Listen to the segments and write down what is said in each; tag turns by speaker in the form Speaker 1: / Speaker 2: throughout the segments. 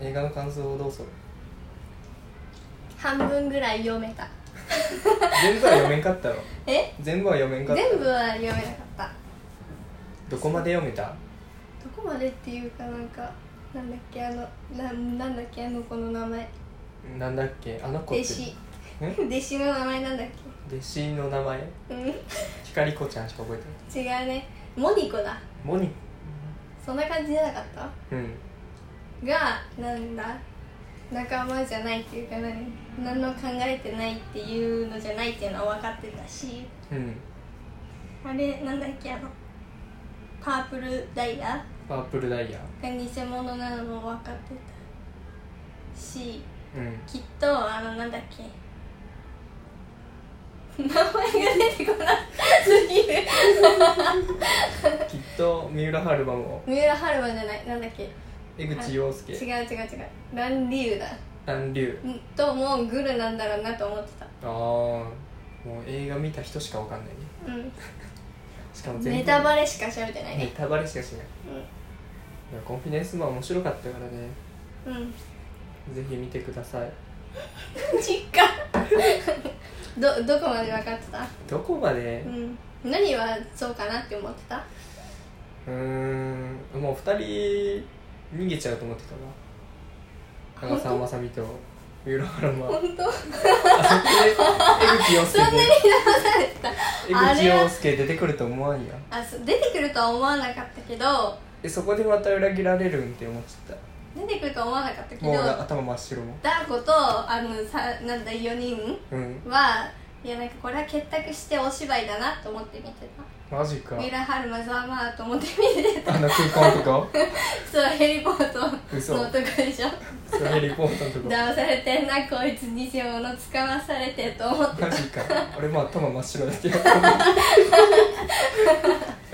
Speaker 1: 映画の感想をどうする
Speaker 2: 半分ぐらい読めた
Speaker 1: 全部は読めんか ったろ
Speaker 2: え
Speaker 1: 全部は読めんかった
Speaker 2: 全部は読めなかった
Speaker 1: どこまで読めた
Speaker 2: どこまでっていうかなんかなんだっけあのななんだっけあの子の名前
Speaker 1: なんだっけあの子っ
Speaker 2: 弟
Speaker 1: て
Speaker 2: 子
Speaker 1: え
Speaker 2: 弟子の名前なんだっ
Speaker 1: 弟子の名前
Speaker 2: けうん違う
Speaker 1: ひかりこちゃんしか覚えてない
Speaker 2: ねモニコだ
Speaker 1: モニ
Speaker 2: そんな感じじゃなかった
Speaker 1: うん
Speaker 2: がなんだ仲間じゃないっていうか何何の考えてないっていうのじゃないっていうのは分かってたし
Speaker 1: うん
Speaker 2: あれなんだっけあのパープルダイヤ
Speaker 1: パープルダイヤ
Speaker 2: が偽物なのも分かってたし
Speaker 1: うん
Speaker 2: きっとあのなんだっけ名前が出てこなすぎる
Speaker 1: きっと三浦春馬も
Speaker 2: 三浦春馬じゃないなんだっけ
Speaker 1: 江口洋
Speaker 2: 違う
Speaker 1: 介
Speaker 2: 違う違うランディウだ
Speaker 1: 乱流
Speaker 2: んともうグルなんだろうなと思ってた
Speaker 1: ああもう映画見た人しかわかんないね
Speaker 2: うん
Speaker 1: しかも
Speaker 2: ネ
Speaker 1: 全部
Speaker 2: タバレしか喋ってない
Speaker 1: ネ
Speaker 2: ね
Speaker 1: タバレしかしないいやコンフィデンスマン面白かったからね
Speaker 2: うん、うん、
Speaker 1: ぜひ見てください
Speaker 2: 実家どどこまで分かってた
Speaker 1: どこまで
Speaker 2: うん何はそうかなって思ってた
Speaker 1: うーんもう2人逃げちゃうと思ってたな長澤まさみと三浦春馬
Speaker 2: 本当
Speaker 1: 江口洋介で江
Speaker 2: 騙された
Speaker 1: 口洋介出てくると思わんや
Speaker 2: あそう出てくるとは思わなかったけど
Speaker 1: えそこでまた裏切られるんって思っちゃっ
Speaker 2: 出てくるとは思わなかったけ
Speaker 1: た
Speaker 2: ど
Speaker 1: もうな頭真っ白も
Speaker 2: ダー子とあのさなんだ4人
Speaker 1: うん
Speaker 2: はいやなんかこれは結託してお芝居だなと思って見て
Speaker 1: マジ
Speaker 2: た
Speaker 1: か
Speaker 2: 三浦春馬ざまあと思って見てた
Speaker 1: あの空港とか
Speaker 2: そうヘリポート
Speaker 1: 嘘
Speaker 2: のとこでしょ
Speaker 1: そのヘリポートのとか
Speaker 2: 騙されてんなこいつ偽物使わされてと思って
Speaker 1: マジか俺もう頭真っ白だけど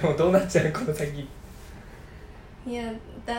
Speaker 1: でもどうなっちゃうこの先
Speaker 2: いやだ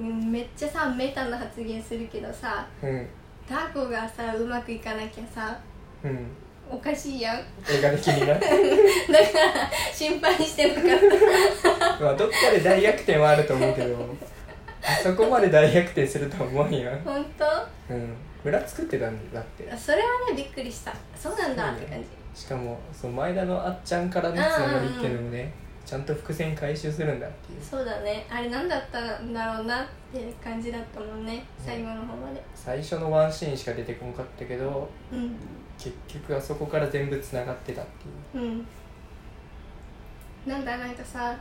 Speaker 2: うんめっちゃさメタな発言するけどさ
Speaker 1: うん
Speaker 2: ダー子がさうまくいかなきゃさ
Speaker 1: うん
Speaker 2: おかしいやんだ
Speaker 1: 映画で気になる
Speaker 2: から心配してなかっ
Speaker 1: まあどっかで大逆転はあると思うけどあそこまで大逆転するとは思わんやん
Speaker 2: た本当
Speaker 1: うん村作ってたんだって
Speaker 2: それはねびっくりしたそうなんだって感じ
Speaker 1: しかもその前田のあっちゃんからのつながりっていうのもねちゃんと伏線回収するんだっていう
Speaker 2: そうだねあれ何だったんだろうなって感じだったもんね最後の方まで
Speaker 1: 最初のワンシーンしか出てこなかったけど
Speaker 2: うん
Speaker 1: 結局あそこから全部つながってたっていう
Speaker 2: うんなんだなんかさ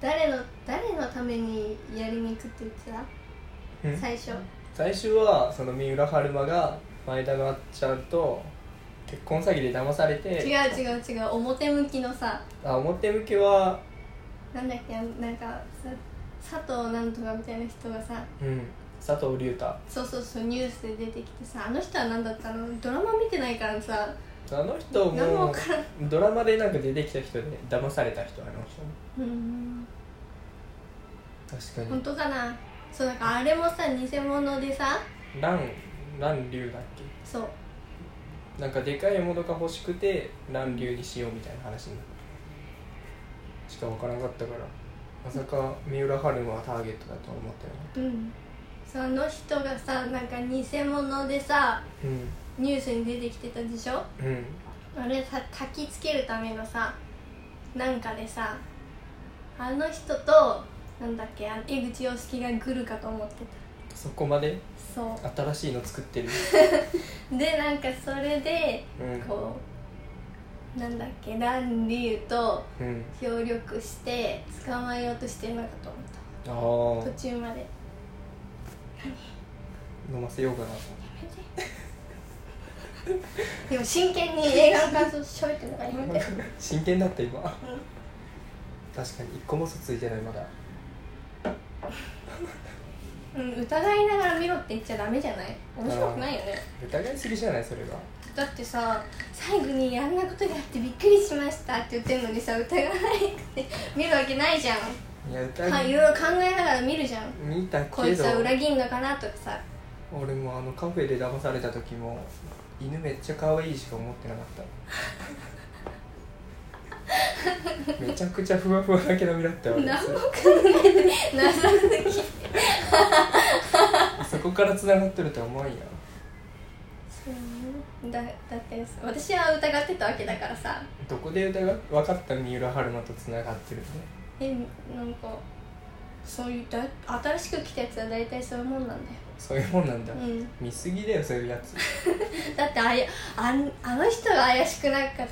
Speaker 2: 誰の誰のためにやりに行くって言って
Speaker 1: うん
Speaker 2: た最初
Speaker 1: 最初はその三浦春馬が前田のあっちゃんと結婚詐欺で騙されて
Speaker 2: 違う違う違う表向きのさ
Speaker 1: あ表向きは
Speaker 2: なんだっけなんかさ佐藤なんとかみたいな人がさ
Speaker 1: うん佐藤隆太
Speaker 2: そうそうそうニュースで出てきてさあの人は何だったのドラマ見てないからさ
Speaker 1: あの人
Speaker 2: 何も
Speaker 1: も
Speaker 2: 分からん
Speaker 1: ドラマでなんか出てきた人で騙された人あの人
Speaker 2: うん
Speaker 1: 確か
Speaker 2: 本当かなそうだからあれもさ偽物でさ
Speaker 1: に蘭蘭龍だっけ
Speaker 2: そう
Speaker 1: なんかでかいものが欲しくて蘭龍にしようみたいな話になったしか分からなかったからまさか三浦春馬はターゲットだとは思ったよね
Speaker 2: うんその人がさなんか偽物でさニュースに出てきてたでしょ
Speaker 1: うんうん
Speaker 2: あれさ焚きつけるためのさなんかでさあの人となんだっけあの江口洋介が来るかと思って
Speaker 1: そこまで
Speaker 2: たそ
Speaker 1: 新しいの作ってる
Speaker 2: うでなんかそれで
Speaker 1: うん
Speaker 2: こうなんだっけ蘭龍と
Speaker 1: うん
Speaker 2: 協力して捕まえようとしてるのかと思っ
Speaker 1: あ
Speaker 2: た
Speaker 1: あ
Speaker 2: 途中まで
Speaker 1: 飲ませようかなと
Speaker 2: でも真剣に映画の感想喋ってるのからやめ
Speaker 1: 思って
Speaker 2: て
Speaker 1: 真剣だった今確かに一個も嘘ついてないまだ
Speaker 2: うん疑いながら見ろって言っちゃダメじゃない面白くないよね
Speaker 1: 疑いすぎじゃないそれが
Speaker 2: だってさ最後にあんなことがあってびっくりしましたって言ってるのにさ疑わないって見るわけないじゃん
Speaker 1: いや疑い、
Speaker 2: はいいろいろ考えながら見るじゃん
Speaker 1: 見た
Speaker 2: こ
Speaker 1: け
Speaker 2: いつ
Speaker 1: ど
Speaker 2: は裏切んのかなとかさ
Speaker 1: 俺もあのカフェで騙された時も犬めっちゃ可愛いしか思ってなかっためちゃくちゃふわふわな 毛並みだったよあい
Speaker 2: 何も
Speaker 1: つ
Speaker 2: 考えてなさすぎ
Speaker 1: こから繋がってるとは思わんやん
Speaker 2: そうねだだってさ私は疑ってたわけだからさ
Speaker 1: どこで疑分かった三浦春馬と繋がってるね
Speaker 2: えなんかそういうだ新しく来たやつは大体そういうもんなんだよ
Speaker 1: そういうもんなんだ、
Speaker 2: うん
Speaker 1: 見すぎだよそういうやつ
Speaker 2: だってあやあんあの人が怪しくなかった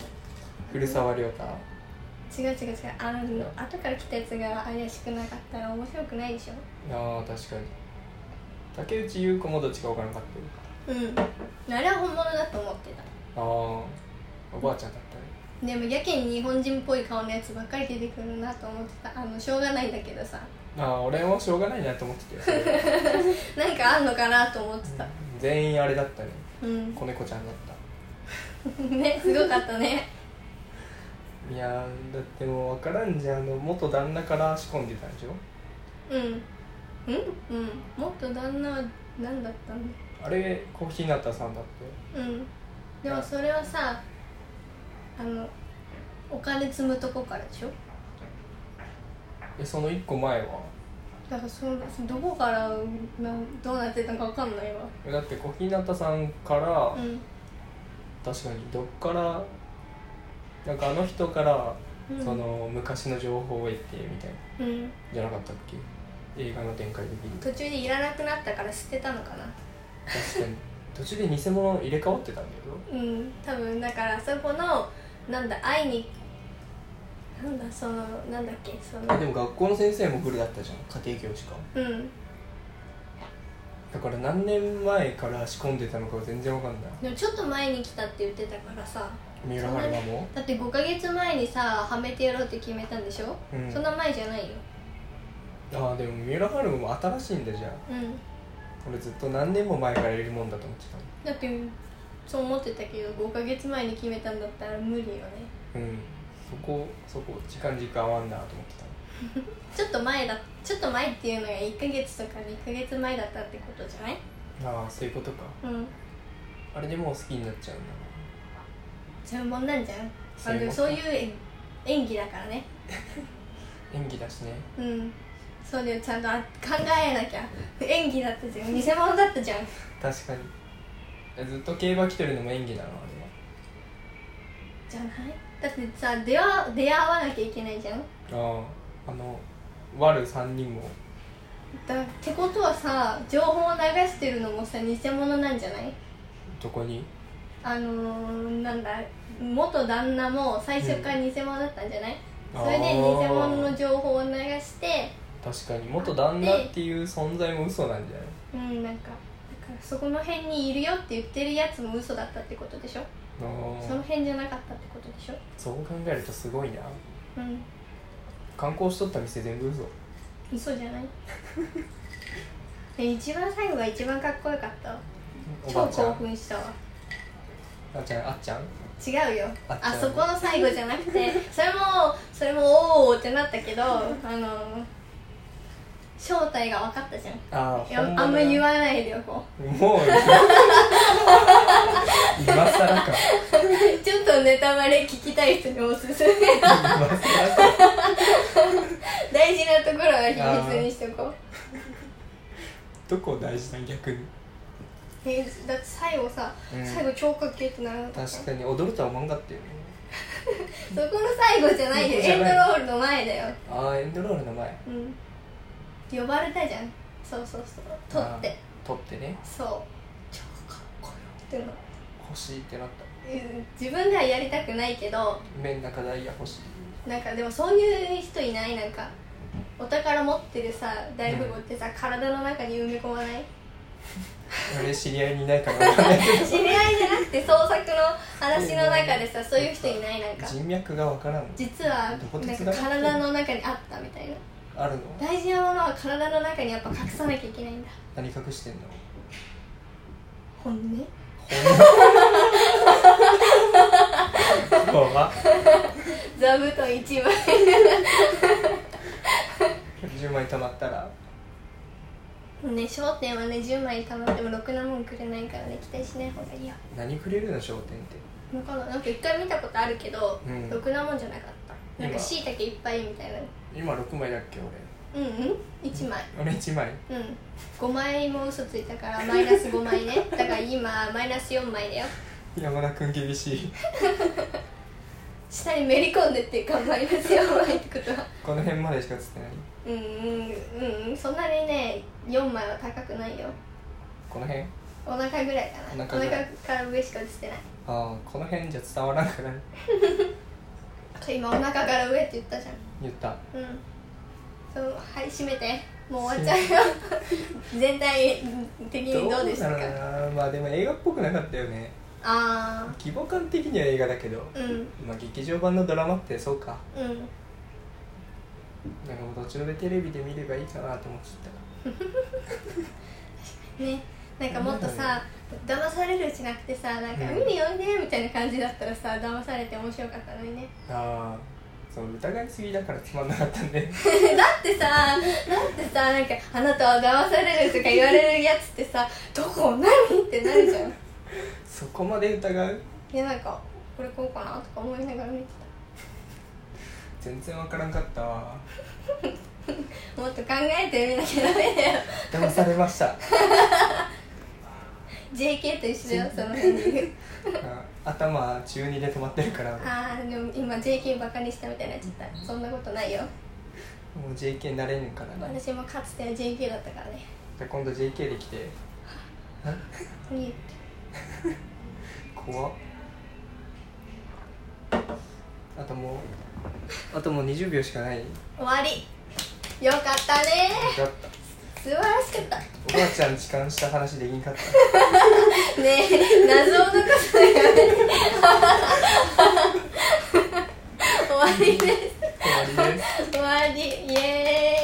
Speaker 1: 古澤亮太
Speaker 2: 違う違う違うあの後から来たやつが怪しくなかったら面白くないでしょ
Speaker 1: ああ確かに竹内優子もどっちか分からなかったよ
Speaker 2: うんあれは本物だと思ってた
Speaker 1: ああおばあちゃんだったね
Speaker 2: でもやけに日本人っぽい顔のやつばっかり出てくるなと思ってたあのしょうがないんだけどさ
Speaker 1: ああ俺もしょうがないなと思ってたよそれは
Speaker 2: なんかあんのかなと思ってた
Speaker 1: 全員あれだったね
Speaker 2: うん
Speaker 1: 子猫ちゃんだった
Speaker 2: ねすごかったね
Speaker 1: いやーだってもう分からんじゃんあの元旦那から仕込んでたんでしょ
Speaker 2: うんうんうんもっと旦那は何だったんだ
Speaker 1: あれ小日向さんだって
Speaker 2: うんでもそれはさあのお金積むとこからでしょ
Speaker 1: えその1個前は
Speaker 2: だからそのどこからなんどうなってたのか分かんないわ
Speaker 1: えだって小日向さんから、
Speaker 2: うん
Speaker 1: 確かにどっからなんかあの人から、
Speaker 2: うん
Speaker 1: その昔の情報を得てみたいな
Speaker 2: うん
Speaker 1: じゃなかったっけ映画の展開的に
Speaker 2: 途中でいらなくなったから捨てたのかな
Speaker 1: 確かに途中で偽物入れ替わってたんだけど
Speaker 2: うん多分だからそこのなんだ会いになんだそのなんだっけそ
Speaker 1: あ
Speaker 2: の
Speaker 1: でも学校の先生もフルだったじゃん家庭教師か
Speaker 2: うん
Speaker 1: だから何年前から仕込んでたのかは全然わかんない
Speaker 2: でもちょっと前に来たって言ってたからさ
Speaker 1: 三浦春馬も
Speaker 2: だって5ヶ月前にさはめてやろうって決めたんでしょ、
Speaker 1: うん
Speaker 2: そんな前じゃないよ
Speaker 1: ああでも三浦春馬も新しいんだじゃん
Speaker 2: うん
Speaker 1: 俺ずっと何年も前からいるもんだと思って
Speaker 2: だってそう思ってたけど5ヶ月前に決めたんだったら無理よね
Speaker 1: たのうんそこそこ時間軸合わんなと思ってたの
Speaker 2: ちょっと前だちょっと前っていうのが1ヶ月とか2ヶ月前だったってことじゃない
Speaker 1: ああそういうことか
Speaker 2: うん
Speaker 1: あれでもう好きになっちゃうんだ
Speaker 2: そういうもんなんじゃん
Speaker 1: そうい
Speaker 2: あ
Speaker 1: うもん
Speaker 2: のそういう演演技だからね
Speaker 1: 演技だしね
Speaker 2: うんそうだよちゃんとあ考えなきゃ演技だったじゃん偽物だったじゃん
Speaker 1: 確かにえずっと競馬来てるのも演技なのあれは
Speaker 2: じゃないだってさ出会出会わなきゃいけないじゃん
Speaker 1: あああの悪3人も
Speaker 2: だってことはさ情報を流してるのもさ偽物なんじゃない
Speaker 1: どこに
Speaker 2: あのー、なんだ元旦那も最初から偽物だったんじゃない、
Speaker 1: うん
Speaker 2: それで
Speaker 1: あ
Speaker 2: 偽
Speaker 1: ー
Speaker 2: 物の情報を流して
Speaker 1: 確かに元旦那っていう存在も嘘なんじゃない
Speaker 2: うんなんかだからそこの辺にいるよって言ってるやつも嘘だったってことでしょ
Speaker 1: あ
Speaker 2: その
Speaker 1: あ
Speaker 2: 辺じゃなかったってことでしょ
Speaker 1: そう考えるとすごいな
Speaker 2: うん
Speaker 1: 観光しとった店全部嘘
Speaker 2: 嘘じ ゃないで一番最後が一番かっこよかったわ
Speaker 1: おば
Speaker 2: 超
Speaker 1: あちゃん
Speaker 2: 興奮したわ
Speaker 1: あっちゃんあっちゃん
Speaker 2: 違うよ
Speaker 1: あっ
Speaker 2: あ
Speaker 1: ちゃん
Speaker 2: そこの最後じゃなくて それもそれもおーおーってなったけどあの正体が分かったじゃん
Speaker 1: あ
Speaker 2: い
Speaker 1: あ
Speaker 2: やあんま言わないでよ こう
Speaker 1: もう今更か
Speaker 2: ちょっとネタバレ聞きたい人におすすめ
Speaker 1: 今更か
Speaker 2: 大事なところは秘密にしとこう
Speaker 1: どこ大事なん逆に
Speaker 2: えだって最後さ、
Speaker 1: うん
Speaker 2: 最後超かっけえってならなかった
Speaker 1: 確かに踊るとは思わんかったよね
Speaker 2: そこの最後じゃないよ
Speaker 1: そこ
Speaker 2: エ
Speaker 1: じ
Speaker 2: ン
Speaker 1: ゃ
Speaker 2: ド
Speaker 1: ない
Speaker 2: ロールの前だよ
Speaker 1: ああエンドロールの前
Speaker 2: うん呼ばれたじゃんそうそうそう撮って
Speaker 1: あー撮ってね
Speaker 2: そう超かっこよってな
Speaker 1: 欲しいってなった
Speaker 2: うん自分ではやりたくないけど
Speaker 1: 麺中ダイヤ欲しい
Speaker 2: なんかでもそういう人いないなんかお宝持ってるさ大富豪ってさ、体の中に埋め込まない
Speaker 1: 俺知り合いにいないから分かんないけ
Speaker 2: 知り合いじゃなくて創作の話の中でさ そういう人いないなん
Speaker 1: ど
Speaker 2: か
Speaker 1: 人脈が分からん
Speaker 2: 実はなん
Speaker 1: ど
Speaker 2: か
Speaker 1: こ手伝ってんの
Speaker 2: 体の中にあったみたいな
Speaker 1: あるの
Speaker 2: 大事なものは体の中にやっぱ隠さなきゃいけないんだ
Speaker 1: 何隠してんの
Speaker 2: 本音
Speaker 1: 怖っ
Speaker 2: 座布団 一枚
Speaker 1: 10枚貯まったら
Speaker 2: ね商店はね10枚貯まってもろくなもんくれないからね期待しない方がいいよ
Speaker 1: 何くれるの商店って
Speaker 2: わかんないなんか一回見たことあるけど、
Speaker 1: うん
Speaker 2: ろくなもんじゃなかったなんか
Speaker 1: 今
Speaker 2: しいたけいっぱいみたいな
Speaker 1: 今6枚だっけ俺
Speaker 2: うんうん1枚
Speaker 1: 俺1枚
Speaker 2: うん5枚も嘘ついたからマイナス5枚ねだから今マイナス4枚だよ
Speaker 1: 山田君厳しい
Speaker 2: 下にめり込んでっていうかマイナス4枚ってことは
Speaker 1: この辺までしかつってない
Speaker 2: うんうんうんうんそんなにね4枚は高くないよ
Speaker 1: この辺あ
Speaker 2: お腹ぐらいかな
Speaker 1: お腹ぐらい
Speaker 2: から上しか映ってない
Speaker 1: あこの辺じゃ伝わらんくない
Speaker 2: 今お腹から上って言ったじゃん
Speaker 1: 言った
Speaker 2: うんそうはい閉めてもう終わっちゃうよ全体的にどうでした
Speaker 1: だ
Speaker 2: か
Speaker 1: ろうなまあでも映画っぽくなかったよね
Speaker 2: あ
Speaker 1: 規模感的には映画だけど、
Speaker 2: あうん
Speaker 1: まあ劇場版のドラマってそうか
Speaker 2: うん
Speaker 1: なんかもう途中でテレビで見ればいいかなと思ってた
Speaker 2: ねなんかもっとさ騙されるじゃなくてさなんか
Speaker 1: うん
Speaker 2: 見に呼んでみたいな感じだったらさ騙されて面白かったのにね
Speaker 1: ああその疑いすぎだからつまんなかったんで
Speaker 2: だってさだってさなんか「あなたは騙される」とか言われるやつってさ「どこ何?」ってなるじゃん
Speaker 1: そこまで疑う
Speaker 2: でなんかこれこうかなとか思いながら見て
Speaker 1: 全然わからんかったわ
Speaker 2: たもっと考えてみなきゃダメだよ
Speaker 1: 騙されました
Speaker 2: JK と一緒だよその辺に
Speaker 1: あ頭中二で止まってるからも
Speaker 2: ああでも今 JK バカにしたみたいになっちゃったそんなことないよ
Speaker 1: う JK 慣れんからな
Speaker 2: 私もかつては JK だったからね
Speaker 1: じゃあ今度 JK で来て
Speaker 2: いい
Speaker 1: 怖っあともうあともう20秒しかないよ
Speaker 2: 終わりよかったね
Speaker 1: かった
Speaker 2: 素晴らしかった
Speaker 1: おばあちゃん痴漢した話できんかった
Speaker 2: ねえ謎を残すのやめ て終わりです
Speaker 1: 終わりです
Speaker 2: 終わりイエーイ